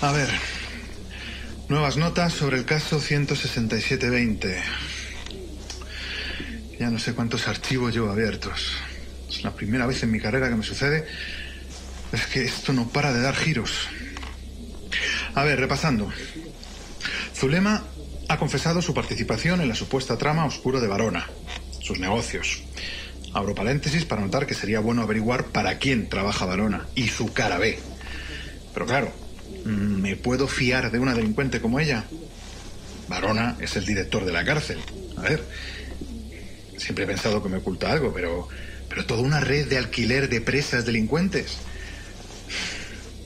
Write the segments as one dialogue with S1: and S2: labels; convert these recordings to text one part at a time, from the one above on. S1: A ver. Nuevas notas sobre el caso 16720. Ya no sé cuántos archivos llevo abiertos. Es la primera vez en mi carrera que me sucede. Es que esto no para de dar giros. A ver, repasando. Zulema ha confesado su participación en la supuesta trama oscura de Varona, sus negocios. Abro paréntesis para notar que sería bueno averiguar para quién trabaja Varona y su cara B. Pero claro, Mm, ¿me puedo fiar de una delincuente como ella? Varona es el director de la cárcel. A ver, siempre he pensado que me oculta algo, pero, pero toda una red de alquiler de presas delincuentes.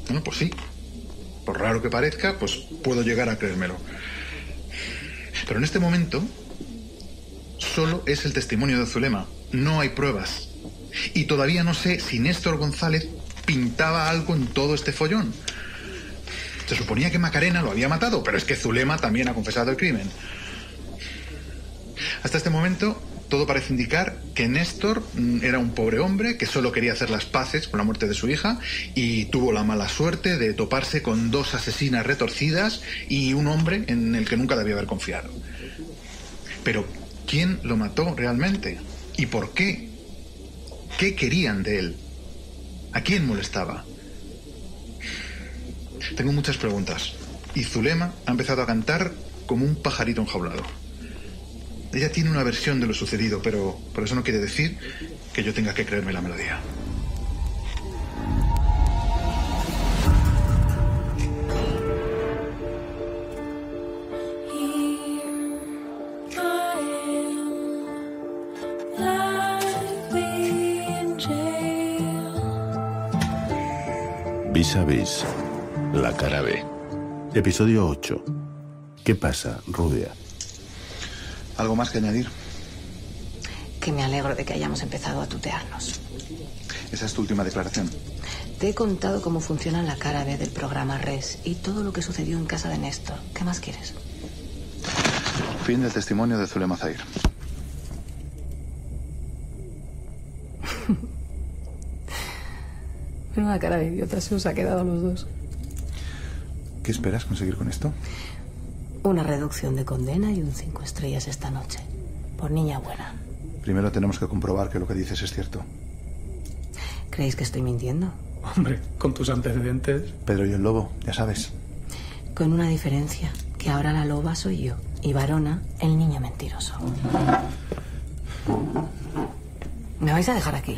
S1: Bueno, pues sí. Por raro que parezca, pues puedo llegar a creérmelo. Pero en este momento, solo es el testimonio de Zulema. No hay pruebas. Y todavía no sé si Néstor González pintaba algo en todo este follón. Se suponía que Macarena lo había matado, pero es que Zulema también ha confesado el crimen. Hasta este momento, todo parece indicar que Néstor mm, era un pobre hombre que solo quería hacer las paces con la muerte de su hija y tuvo la mala suerte de toparse con dos asesinas retorcidas y un hombre en el que nunca debía haber confiado. Pero, ¿quién lo mató realmente? ¿Y por qué? ¿Qué querían de él? ¿A quién molestaba? Tengo muchas preguntas. Y Zulema ha empezado a cantar como un pajarito enjaulado. Ella tiene una versión de lo sucedido, pero, por eso no quiere decir que yo tenga que creerme la melodía.
S2: Vis a vis, la cara B. Episodio 8. ¿Qué pasa, Rubia?
S1: ¿Algo más que añadir?
S3: Que me alegro de que hayamos empezado a tutearnos.
S1: Esa es tu última declaración.
S3: Te he contado cómo funciona la cara B del programa Res y todo lo que sucedió en casa de Néstor. ¿Qué más quieres?
S1: Fin del testimonio de Zulema Zahir.
S3: Una cara de idiota se os ha quedado a los dos.
S1: ¿Qué esperas conseguir con esto?
S3: Una reducción de condena y un cinco estrellas esta noche. Por niña buena.
S1: Primero tenemos que comprobar que lo que dices es cierto.
S3: ¿Creéis que estoy mintiendo?
S4: Hombre, con tus antecedentes.
S1: Pedro y el lobo, ya sabes.
S3: Con una diferencia, que ahora la loba soy yo y Varona el niño mentiroso. ¿Me vais a dejar aquí?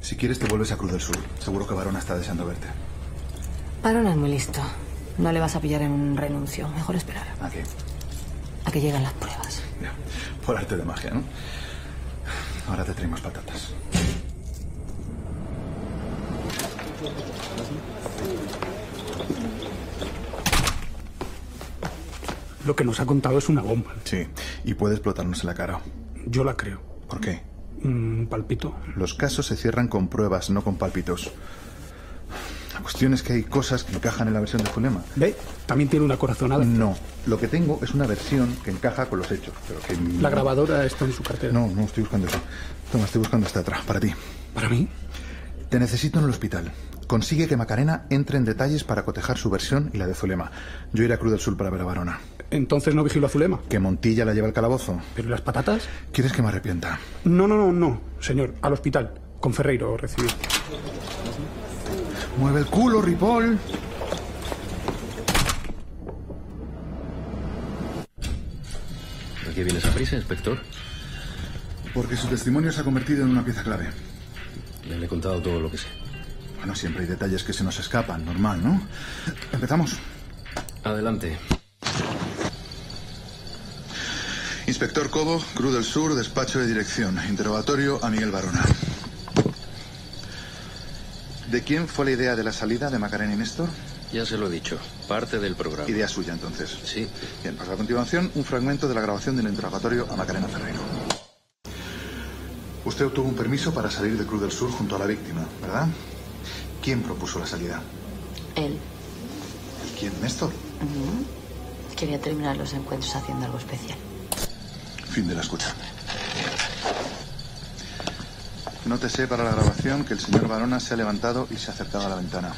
S1: Si quieres te vuelves a Cruz del Sur. Seguro que Varona está deseando verte.
S3: Varona es muy listo. No le vas a pillar en un renuncio. Mejor esperar.
S1: ¿A qué?
S3: A que lleguen las pruebas.
S1: Ya. Por arte de magia, ¿no? Ahora te traemos patatas.
S4: Lo que nos ha contado es una bomba.
S1: Sí, y puede explotarnos en la cara.
S4: Yo la creo.
S1: ¿Por qué?
S4: Mm, palpito.
S1: Los casos se cierran con pruebas, no con palpitos. La cuestión es que hay cosas que encajan en la versión de Zulema.
S4: ¿Ve? También tiene una corazonada.
S1: No, lo que tengo es una versión que encaja con los hechos. Pero que
S4: La grabadora está en su cartera.
S1: No, no estoy buscando eso. Toma, estoy buscando esta atrás, para ti.
S4: ¿Para mí?
S1: Te necesito en el hospital. Consigue que Macarena entre en detalles para cotejar su versión y la de Zulema. Yo iré a Cruz del Sur para ver a Varona.
S4: Entonces no vigilo a Zulema.
S1: Que Montilla la lleva al calabozo.
S4: ¿Pero y las patatas?
S1: ¿Quieres que me arrepienta?
S4: No, no, no, no, señor. Al hospital. Con Ferreiro recibir.
S1: Mueve el culo, Ripoll.
S5: ¿Por qué vienes a prisa, inspector?
S1: Porque su testimonio se ha convertido en una pieza clave.
S5: Ya le he contado todo lo que sé.
S1: Bueno, siempre hay detalles que se nos escapan, normal, ¿no? Empezamos.
S5: Adelante.
S1: Inspector Cobo, Cruz del Sur, despacho de dirección. Interrogatorio a Miguel Barona. ¿De quién fue la idea de la salida de Macarena y Néstor?
S5: Ya se lo he dicho. Parte del programa.
S1: Idea suya, entonces.
S5: Sí.
S1: Bien, pues a continuación, un fragmento de la grabación del interrogatorio a Macarena Ferreiro. Usted obtuvo un permiso para salir de Cruz del Sur junto a la víctima, ¿verdad? ¿Quién propuso la salida?
S3: Él
S1: ¿Y quién, Néstor?
S3: mm, quería terminar los encuentros haciendo algo especial.
S1: Fin de la escucha. Nótese para la grabación que el señor Barona se ha levantado y se ha acercado a la ventana.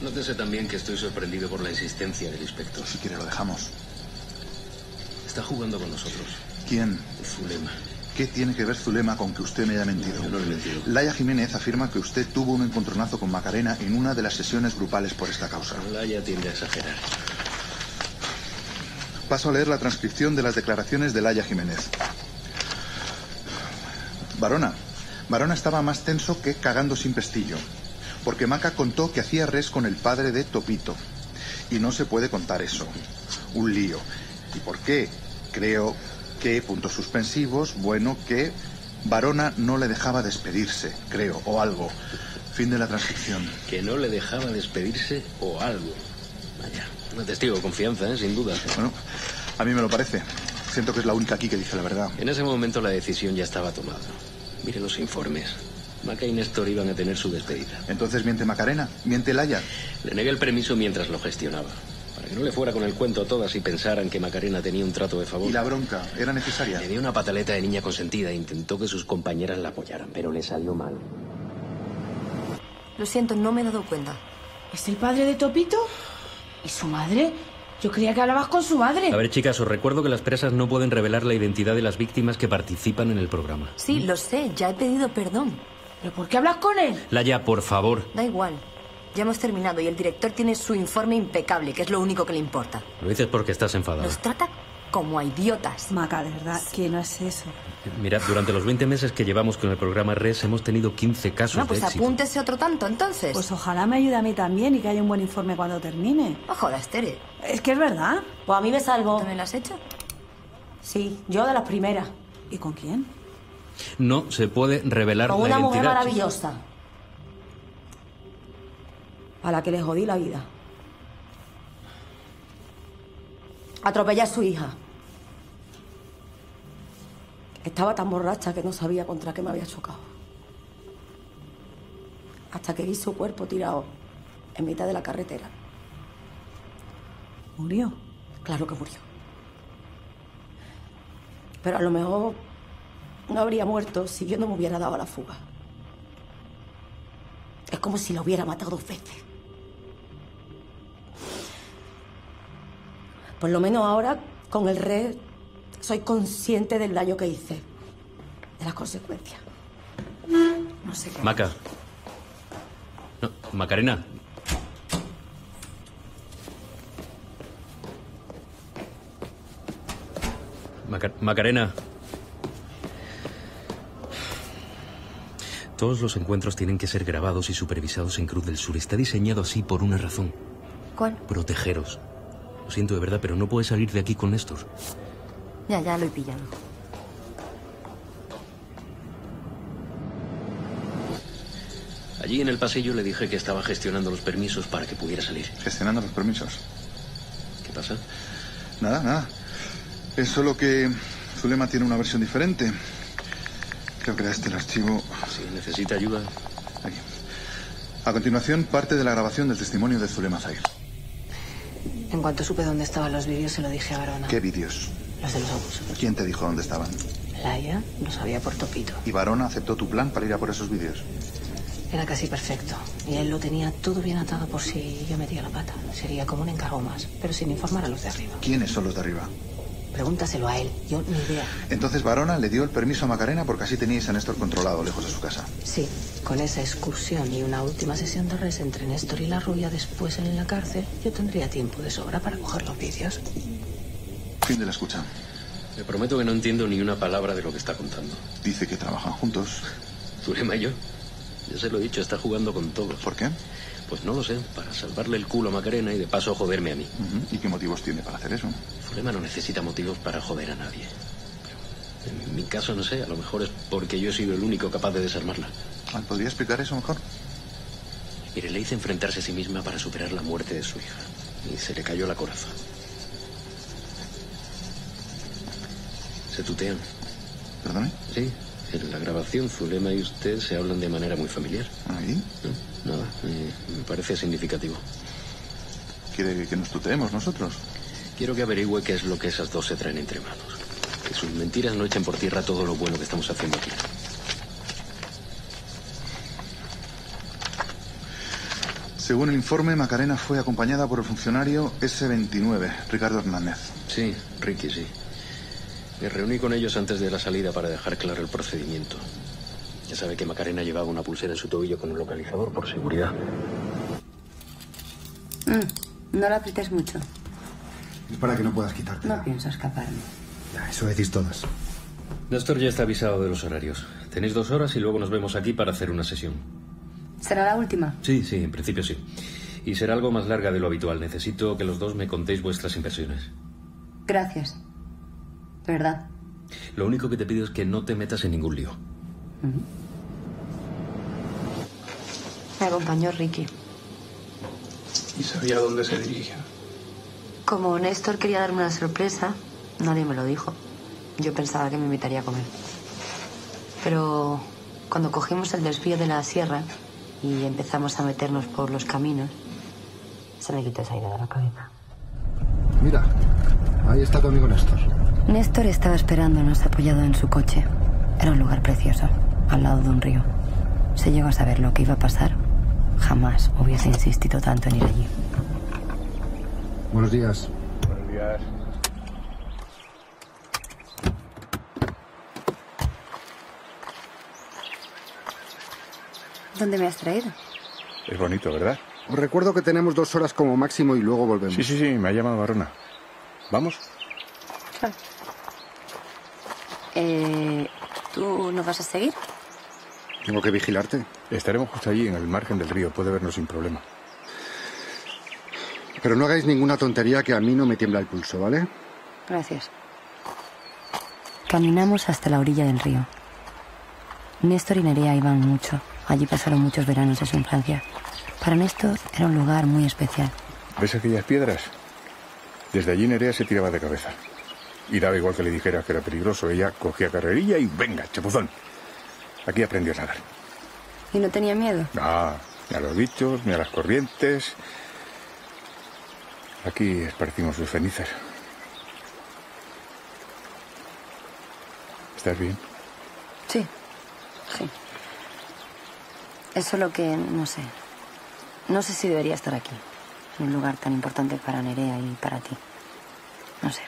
S5: Nótese también que estoy sorprendido por la insistencia del inspector.
S1: Si quiere lo dejamos.
S5: Está jugando con nosotros.
S1: ¿Quién?
S5: Zulema.
S1: ¿Qué tiene que ver Zulema con que usted me haya mentido?
S5: No, yo no le he mentido.
S1: Laia Jiménez afirma que usted tuvo un encontronazo con Macarena en una de las sesiones grupales por esta causa.
S5: Laya tiende a exagerar.
S1: Paso a leer la transcripción de las declaraciones de Laia Jiménez. Varona. Varona estaba más tenso que cagando sin pestillo. Porque Maca contó que hacía res con el padre de Topito. Y no se puede contar eso. Un lío. ¿Y por qué? Creo que, puntos suspensivos, bueno, que Varona no le dejaba despedirse, creo, o algo. Fin de la transcripción.
S5: Que no le dejaba despedirse o algo. Vaya, un testigo de confianza, ¿eh? sin duda.
S1: Bueno, a mí me lo parece. Siento que es la única aquí que dice la verdad.
S5: En ese momento la decisión ya estaba tomada. Mire los informes. Maca y Néstor iban a tener su despedida.
S1: Entonces miente Macarena, miente Laia.
S5: Le negué el permiso mientras lo gestionaba. Para que no le fuera con el cuento a todas y pensaran que Macarena tenía un trato de favor.
S1: Y la bronca, ¿era necesaria?
S5: Le dio una pataleta de niña consentida e intentó que sus compañeras la apoyaran, pero le salió mal.
S6: Lo siento, no me he dado cuenta.
S7: ¿Es el padre de Topito? ¿Y su madre? Yo creía que hablabas con su madre.
S8: A ver, chicas, os recuerdo que las presas no pueden revelar la identidad de las víctimas que participan en el programa.
S6: Sí, lo sé, ya he pedido perdón.
S7: ¿Pero por qué hablas con él?
S8: Laya, por favor.
S6: Da igual. Ya hemos terminado y el director tiene su informe impecable, que es lo único que le importa.
S8: Lo dices porque estás enfadada.
S6: Nos trata como a idiotas.
S9: Maca, de verdad, que no es eso.
S8: Mirad, durante los 20 meses que llevamos con el programa Res hemos tenido 15 casos
S6: Bueno, pues
S8: de éxito.
S6: apúntese otro tanto entonces.
S9: Pues ojalá me ayude a mí también y que haya un buen informe cuando termine.
S6: no jodas, Tere.
S9: Es que es verdad.
S10: Pues a mí me
S6: ¿Tú
S10: salvo.
S6: también lo has hecho?
S10: Sí, yo de las primeras.
S9: ¿Y con quién?
S8: No se puede revelar
S10: Con
S8: la
S10: una mujer
S8: identidad.
S10: maravillosa. A la que le jodí la vida. Atropellé a su hija. Estaba tan borracha que no sabía contra qué me había chocado. Hasta que vi su cuerpo tirado en mitad de la carretera.
S9: Murió.
S10: Claro que murió. Pero a lo mejor no habría muerto si yo no me hubiera dado a la fuga. Es como si la hubiera matado dos veces. Por lo menos ahora, con el rey, soy consciente del daño que hice, de las consecuencias.
S9: No sé qué.
S8: Maca. No, Macarena. Maca- Macarena. Todos los encuentros tienen que ser grabados y supervisados en Cruz del Sur. Está diseñado así por una razón.
S6: ¿Cuál?
S8: Protegeros. Lo siento de verdad, pero no puedes salir de aquí con Néstor.
S6: Ya, ya lo he pillado.
S5: Allí en el pasillo le dije que estaba gestionando los permisos para que pudiera salir.
S1: Gestionando los permisos.
S5: ¿Qué pasa?
S1: Nada, nada. Es solo que Zulema tiene una versión diferente. Creo que era este el archivo.
S5: Si necesita ayuda.
S1: Aquí. A continuación, parte de la grabación del testimonio de Zulema Zair.
S3: En cuanto supe dónde estaban los vídeos, se lo dije a Verona.
S1: ¿Qué vídeos?
S3: Los de los abusos.
S1: ¿Quién te dijo dónde estaban?
S3: Laia lo sabía por Topito.
S1: ¿Y Varona aceptó tu plan para ir a por esos vídeos?
S3: Era casi perfecto. Y él lo tenía todo bien atado por si yo metía la pata. Sería como un encargo más, pero sin informar a los de arriba.
S1: ¿Quiénes son los de arriba?
S3: Pregúntaselo a él. Yo ni idea.
S1: Entonces Varona le dio el permiso a Macarena porque así teníais a Néstor controlado lejos de su casa.
S3: Sí, con esa excursión y una última sesión de res entre Néstor y la rubia después en la cárcel, yo tendría tiempo de sobra para coger los vídeos.
S1: Fin de la escucha.
S5: Le prometo que no entiendo ni una palabra de lo que está contando.
S1: Dice que trabajan juntos.
S5: Zulema y yo. Ya se lo he dicho, está jugando con todos.
S1: ¿Por qué?
S5: Pues no lo sé, para salvarle el culo a Macarena y de paso joderme a mí.
S1: Ujú. ¿Y qué motivos tiene para hacer eso?
S5: Zulema no necesita motivos para joder a nadie. Pero en mi caso, no sé, a lo mejor es porque yo he sido el único capaz de desarmarla.
S1: Ah, ¿Podría explicar eso mejor?
S5: Mire, le hice enfrentarse a sí misma para superar la muerte de su hija. Y se le cayó la coraza. Se tutean.
S1: ¿Perdone?
S5: Sí, en la grabación Zulema y usted se hablan de manera muy familiar.
S1: ¿Ahí?
S5: ¿no? Nada, eh, me parece significativo.
S1: ¿Quiere que nos tuteemos nosotros?
S5: Quiero que averigüe qué es lo que esas dos se traen entre manos. Que sus mentiras no echen por tierra todo lo bueno que estamos haciendo aquí.
S1: Según el informe, Macarena fue acompañada por el funcionario S29, Ricardo Hernández.
S5: Sí, Ricky, sí. Me reuní con ellos antes de la salida para dejar claro el procedimiento. Ya sabe que Macarena llevaba una pulsera en su tobillo con un localizador por seguridad.
S11: Mm, no la aprietes mucho.
S12: Es para que no puedas quitarte.
S11: No pienso escaparme.
S12: Eso decís todas.
S5: Néstor ya está avisado de los horarios. Tenéis dos horas y luego nos vemos aquí para hacer una sesión.
S11: Será la última.
S5: Sí, sí, en principio sí. Y será algo más larga de lo habitual. Necesito que los dos me contéis vuestras impresiones.
S11: Gracias. ¿Verdad?
S5: Lo único que te pido es que no te metas en ningún lío.
S11: Me acompañó Ricky.
S13: Y sabía dónde se dirigía.
S11: Como Néstor quería darme una sorpresa, nadie me lo dijo. Yo pensaba que me invitaría a comer. Pero cuando cogimos el desvío de la sierra y empezamos a meternos por los caminos, se me quitó esa idea de la cabeza.
S12: Mira, ahí está tu amigo Néstor.
S11: Néstor estaba esperándonos apoyado en su coche. Era un lugar precioso, al lado de un río. Si llegó a saber lo que iba a pasar, jamás hubiese insistido tanto en ir allí.
S12: Buenos días.
S13: Buenos días.
S11: ¿Dónde me has traído?
S13: Es bonito, ¿verdad?
S12: Os recuerdo que tenemos dos horas como máximo y luego volvemos.
S13: Sí, sí, sí, me ha llamado Barona. ¿Vamos?
S11: Eh, ¿Tú no vas a seguir?
S13: Tengo que vigilarte. Estaremos justo allí, en el margen del río. Puede vernos sin problema.
S12: Pero no hagáis ninguna tontería que a mí no me tiembla el pulso, ¿vale?
S11: Gracias. Caminamos hasta la orilla del río. Néstor y Nerea iban mucho. Allí pasaron muchos veranos de su infancia. Para Néstor era un lugar muy especial.
S13: ¿Ves aquellas piedras? Desde allí Nerea se tiraba de cabeza. Y daba igual que le dijeras que era peligroso. Ella cogía carrerilla y venga, chapuzón. Aquí aprendió a nadar.
S11: ¿Y no tenía miedo?
S13: Ah, ni a los bichos, ni a las corrientes. Aquí esparcimos sus cenizas. ¿Estás bien?
S11: Sí. Sí. Es solo que no sé. No sé si debería estar aquí. En un lugar tan importante para Nerea y para ti. No sé.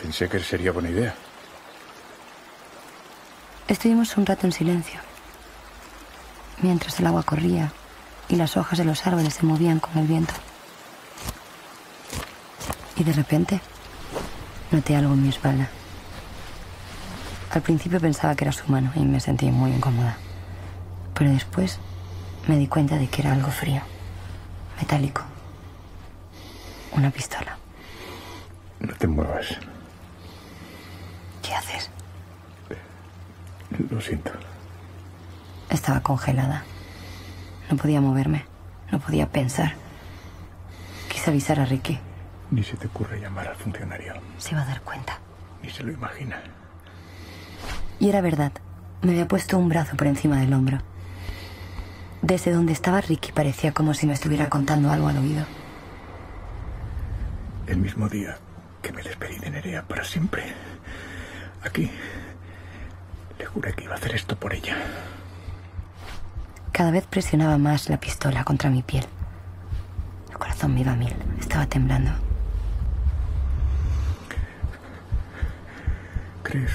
S13: Pensé que sería buena idea.
S11: Estuvimos un rato en silencio, mientras el agua corría y las hojas de los árboles se movían con el viento. Y de repente noté algo en mi espalda. Al principio pensaba que era su mano y me sentí muy incómoda, pero después me di cuenta de que era algo frío, metálico, una pistola.
S13: No te muevas.
S11: ¿Qué haces?
S13: Lo siento.
S11: Estaba congelada. No podía moverme. No podía pensar. Quise avisar a Ricky.
S13: Ni se te ocurre llamar al funcionario.
S11: Se iba a dar cuenta.
S13: Ni se lo imagina.
S11: Y era verdad. Me había puesto un brazo por encima del hombro. Desde donde estaba Ricky parecía como si me estuviera contando algo al oído.
S13: El mismo día que me despedí de Nerea para siempre. Aquí. Le juré que iba a hacer esto por ella.
S11: Cada vez presionaba más la pistola contra mi piel. El corazón me iba a mil. Estaba temblando.
S13: ¿Crees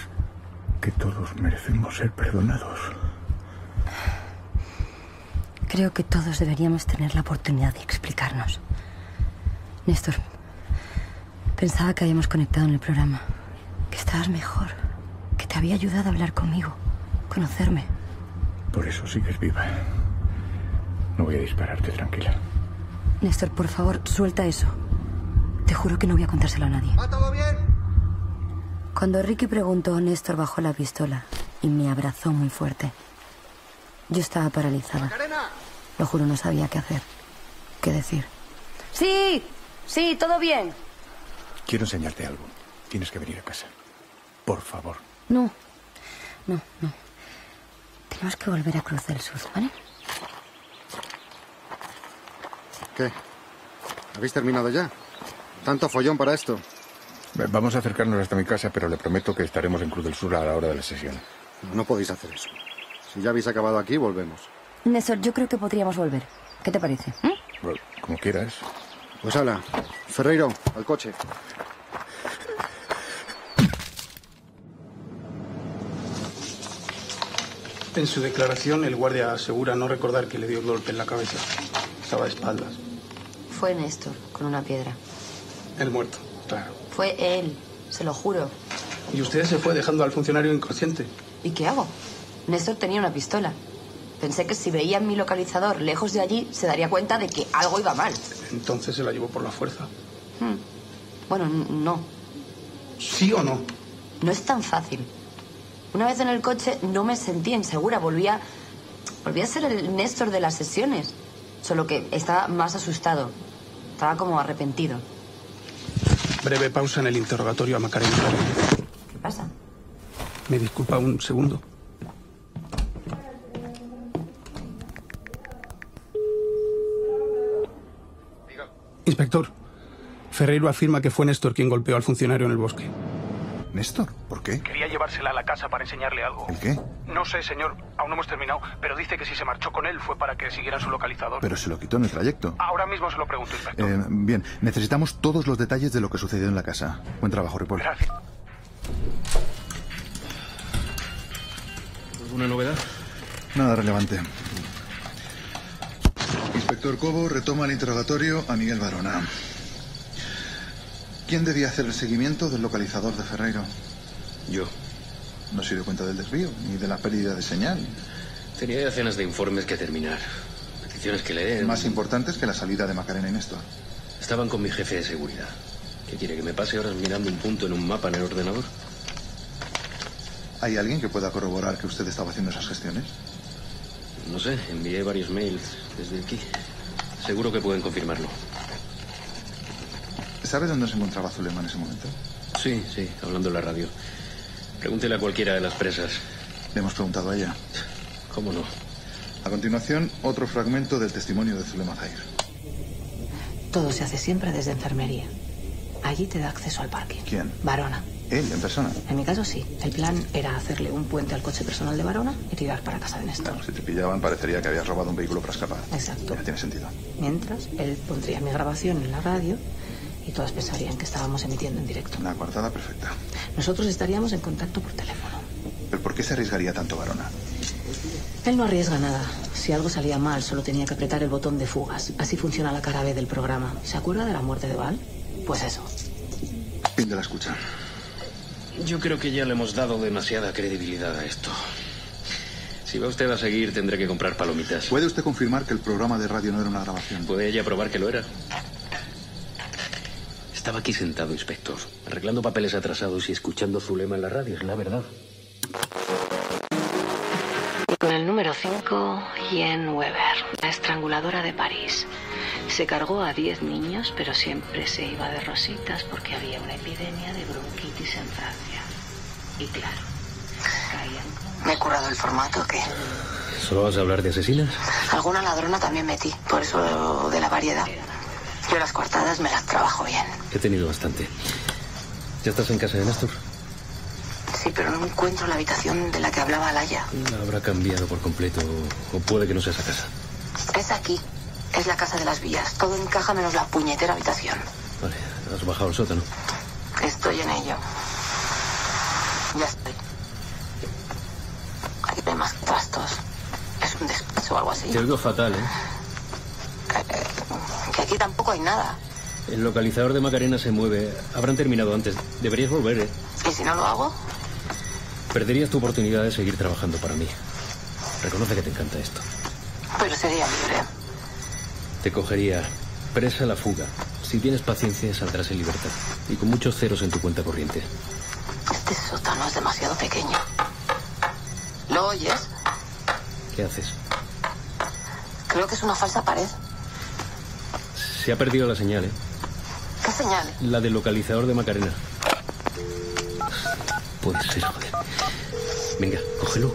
S13: que todos merecemos ser perdonados?
S11: Creo que todos deberíamos tener la oportunidad de explicarnos. Néstor, pensaba que habíamos conectado en el programa. Que estabas mejor. Que te había ayudado a hablar conmigo. Conocerme.
S13: Por eso sigues viva. No voy a dispararte, tranquila.
S11: Néstor, por favor, suelta eso. Te juro que no voy a contárselo a nadie.
S12: ¡Mátalo bien!
S11: Cuando Ricky preguntó, Néstor bajó la pistola y me abrazó muy fuerte. Yo estaba paralizada. Lo juro, no sabía qué hacer. ¿Qué decir?
S6: Sí, sí, todo bien.
S13: Quiero enseñarte algo. Tienes que venir a casa. Por favor.
S11: No, no, no. Tenemos que volver a Cruz del Sur, ¿vale?
S12: ¿Qué? ¿Habéis terminado ya? Tanto follón para esto.
S13: Vamos a acercarnos hasta mi casa, pero le prometo que estaremos en Cruz del Sur a la hora de la sesión.
S12: No podéis hacer eso. Si ya habéis acabado aquí, volvemos.
S6: Néstor, yo creo que podríamos volver. ¿Qué te parece? ¿Mm?
S13: Bueno, como quieras.
S12: Pues ala, Ferreiro, al coche.
S4: En su declaración, el guardia asegura no recordar que le dio el golpe en la cabeza. Estaba de espaldas.
S11: Fue Néstor, con una piedra.
S4: El muerto, claro.
S11: Fue él, se lo juro.
S4: Y usted se fue dejando al funcionario inconsciente.
S11: ¿Y qué hago? Néstor tenía una pistola. Pensé que si veía mi localizador lejos de allí, se daría cuenta de que algo iba mal.
S4: Entonces se la llevó por la fuerza.
S11: Hmm. Bueno, n- no.
S4: ¿Sí o no?
S11: No es tan fácil. Una vez en el coche no me sentía insegura. Volvía, volvía a ser el Néstor de las sesiones. Solo que estaba más asustado. Estaba como arrepentido.
S4: Breve pausa en el interrogatorio a Macarena.
S11: ¿Qué pasa?
S4: Me disculpa un segundo. Inspector, Ferreiro afirma que fue Néstor quien golpeó al funcionario en el bosque.
S13: ¿Néstor? ¿Por qué?
S4: Quería llevársela a la casa para enseñarle algo.
S13: ¿El qué?
S4: No sé, señor, aún no hemos terminado, pero dice que si se marchó con él fue para que siguiera su localizador.
S14: Pero se lo quitó en el trayecto.
S4: Ahora mismo se lo pregunto, inspector.
S14: Eh, bien, necesitamos todos los detalles de lo que sucedió en la casa. Buen trabajo, Ripoll.
S5: ¿Alguna novedad?
S14: Nada relevante.
S1: Inspector Cobo retoma el interrogatorio a Miguel Barona. ¿Quién debía hacer el seguimiento del localizador de Ferreiro?
S5: Yo.
S1: No se dio cuenta del desvío ni de la pérdida de señal.
S5: Tenía decenas de informes que terminar. Peticiones que leer.
S1: Más importantes que la salida de Macarena y Néstor.
S5: Estaban con mi jefe de seguridad. ¿Qué quiere? ¿Que me pase horas mirando un punto en un mapa en el ordenador?
S1: ¿Hay alguien que pueda corroborar que usted estaba haciendo esas gestiones?
S5: No sé, envié varios mails desde aquí. Seguro que pueden confirmarlo.
S1: ¿Sabe dónde se encontraba Zulema en ese momento?
S5: Sí, sí, hablando en la radio. Pregúntele a cualquiera de las presas.
S1: Le hemos preguntado a ella.
S5: ¿Cómo no?
S1: A continuación, otro fragmento del testimonio de Zulema Zair.
S3: Todo se hace siempre desde enfermería. Allí te da acceso al parque.
S1: ¿Quién?
S3: Varona.
S1: Él, en persona.
S3: En mi caso sí. El plan era hacerle un puente al coche personal de Varona y tirar para casa de Néstor.
S1: Si te pillaban, parecería que habías robado un vehículo para escapar.
S3: Exacto.
S1: Ya tiene sentido.
S3: Mientras, él pondría mi grabación en la radio y todas pensarían que estábamos emitiendo en directo.
S1: Una coartada perfecta.
S3: Nosotros estaríamos en contacto por teléfono.
S1: ¿Pero por qué se arriesgaría tanto, Varona?
S3: Él no arriesga nada. Si algo salía mal, solo tenía que apretar el botón de fugas. Así funciona la cara B del programa. ¿Se acuerda de la muerte de Val? Pues eso.
S1: Fin de la escucha.
S5: Yo creo que ya le hemos dado demasiada credibilidad a esto. Si va usted a seguir, tendré que comprar palomitas.
S1: ¿Puede usted confirmar que el programa de radio no era una grabación?
S5: ¿Puede ella probar que lo era? Estaba aquí sentado, inspector, arreglando papeles atrasados y escuchando Zulema en la radio, es la verdad.
S3: Y con el número 5, Jen Weber, la estranguladora de París. Se cargó a 10 niños, pero siempre se iba de rositas porque había una epidemia de bronquitis en Francia. Y claro, caían
S11: ¿Me he curado el formato o qué?
S5: ¿Solo vas a hablar de asesinas?
S11: Alguna ladrona también metí, por eso de la variedad. Yo las coartadas me las trabajo bien.
S5: He tenido bastante. ¿Ya estás en casa de Néstor?
S11: Sí, pero no encuentro la habitación de la que hablaba Laia.
S5: Habrá cambiado por completo, o puede que no sea esa casa.
S11: Es aquí. Es la casa de las vías. Todo encaja menos la puñetera habitación.
S5: Vale, has bajado al sótano.
S11: Estoy en ello. Ya estoy. Aquí hay más trastos. Es un despacho o algo así. eh,
S5: Te oigo fatal, ¿eh?
S11: Que aquí tampoco hay nada.
S5: El localizador de Macarena se mueve. Habrán terminado antes. Deberías volver, ¿eh?
S11: ¿Y si no lo hago?
S5: Perderías tu oportunidad de seguir trabajando para mí. Reconoce que te encanta esto.
S11: Pero sería libre.
S5: Te cogería presa a la fuga. Si tienes paciencia, saldrás en libertad. Y con muchos ceros en tu cuenta corriente.
S11: Este sótano es demasiado pequeño. ¿Lo oyes?
S5: ¿Qué haces?
S11: Creo que es una falsa pared.
S5: Se ha perdido la señal, ¿eh?
S11: ¿Qué señal?
S5: La del localizador de Macarena. Puede ser, joder. Venga, cógelo.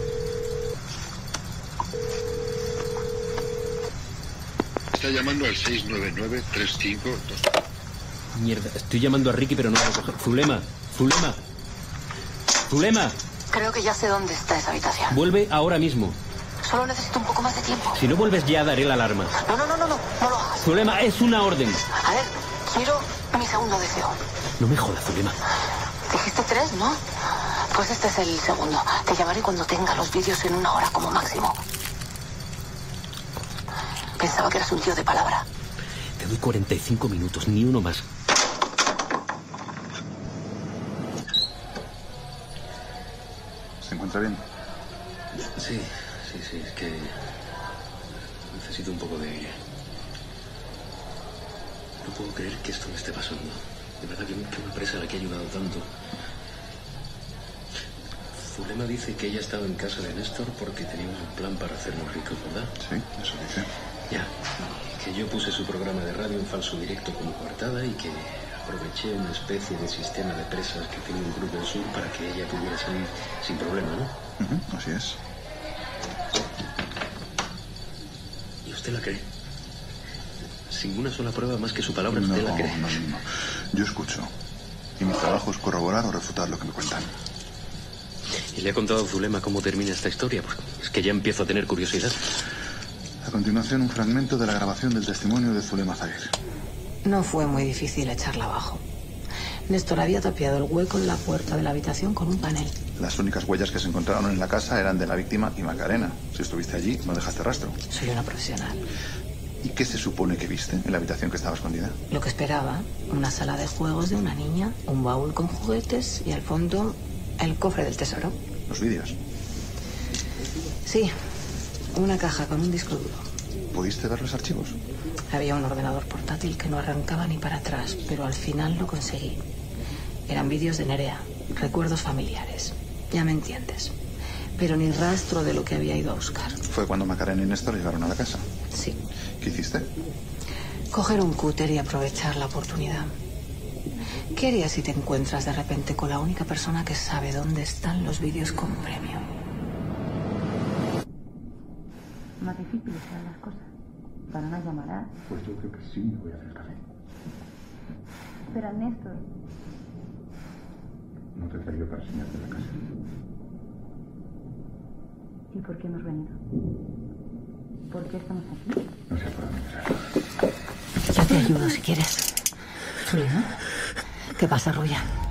S15: Está llamando al 699-352.
S5: Mierda, estoy llamando a Ricky, pero no lo coge. Zulema, Zulema. Zulema,
S11: Creo que ya sé dónde está esa habitación.
S5: vuelve ahora mismo.
S16: Solo necesito un poco más de tiempo.
S17: Si no vuelves ya, daré la alarma.
S16: No, no, no, no, no. No lo hagas.
S17: Zulema, es una orden.
S16: A ver, quiero mi segundo deseo.
S17: No me jodas, Zulema.
S16: Dijiste tres, ¿no? Pues este es el segundo. Te llamaré cuando tenga los vídeos en una hora como máximo. Pensaba que eras un tío de palabra.
S17: Te doy 45 minutos, ni uno más.
S1: ¿Se encuentra bien?
S5: Sí, sí, sí, es que necesito un poco de aire. No puedo creer que esto me esté pasando. De verdad que, que una presa a la que he ayudado tanto. Zulema dice que ella estaba en casa de Néstor porque teníamos un plan para hacernos ricos, ¿verdad?
S1: Sí, eso dice.
S5: Ya. Que yo puse su programa de radio en falso directo como coartada y que aproveché una especie de sistema de presas que tiene un grupo del sur para que ella pudiera salir sin problema, ¿no?
S1: Ujú, así es.
S5: ¿Y usted la cree? Sin una sola prueba más que su palabra, usted la cree.
S1: no, no, no. Yo escucho. Y mi trabajo es corroborar o refutar lo que me cuentan.
S5: Y le ha contado a Zulema cómo termina esta historia, porque es que ya empiezo a tener curiosidad.
S1: A continuación, un fragmento de la grabación del testimonio de Zulema Zahir.
S3: No fue muy difícil echarla abajo. Néstor había tapiado el hueco en la puerta de la habitación con un panel.
S1: Las únicas huellas que se encontraron en la casa eran de la víctima y Macarena. Si estuviste allí, no dejaste rastro.
S3: Soy una profesional.
S1: ¿Y qué se supone que viste en la habitación que estaba escondida?
S3: Lo que esperaba, una sala de juegos de una niña, un baúl con juguetes y al fondo el cofre del tesoro.
S1: Los vídeos.
S3: Sí, una caja con un disco duro.
S1: ¿Pudiste ver los archivos?
S3: Había un ordenador portátil que no arrancaba ni para atrás, pero al final lo conseguí. Eran vídeos de Nerea, recuerdos familiares. Ya me entiendes. Pero ni rastro de lo que había ido a buscar.
S1: Fue cuando Macarena y Néstor llegaron a la casa.
S3: Sí.
S1: ¿Qué hiciste?
S3: Coger un cúter y aprovechar la oportunidad. ¿Qué harías si te encuentras de repente con la única persona que sabe dónde están los vídeos con premio?
S16: Más difícil están las cosas. Para una llamada.
S13: Pues yo creo que sí me voy a hacer café.
S16: Pero Néstor,
S13: No te traigo para enseñarte la casa.
S16: ¿y por qué hemos venido? ¿Por qué estamos aquí?
S3: Yo te ayudo si quieres. ¿Qué pasa, Ruya?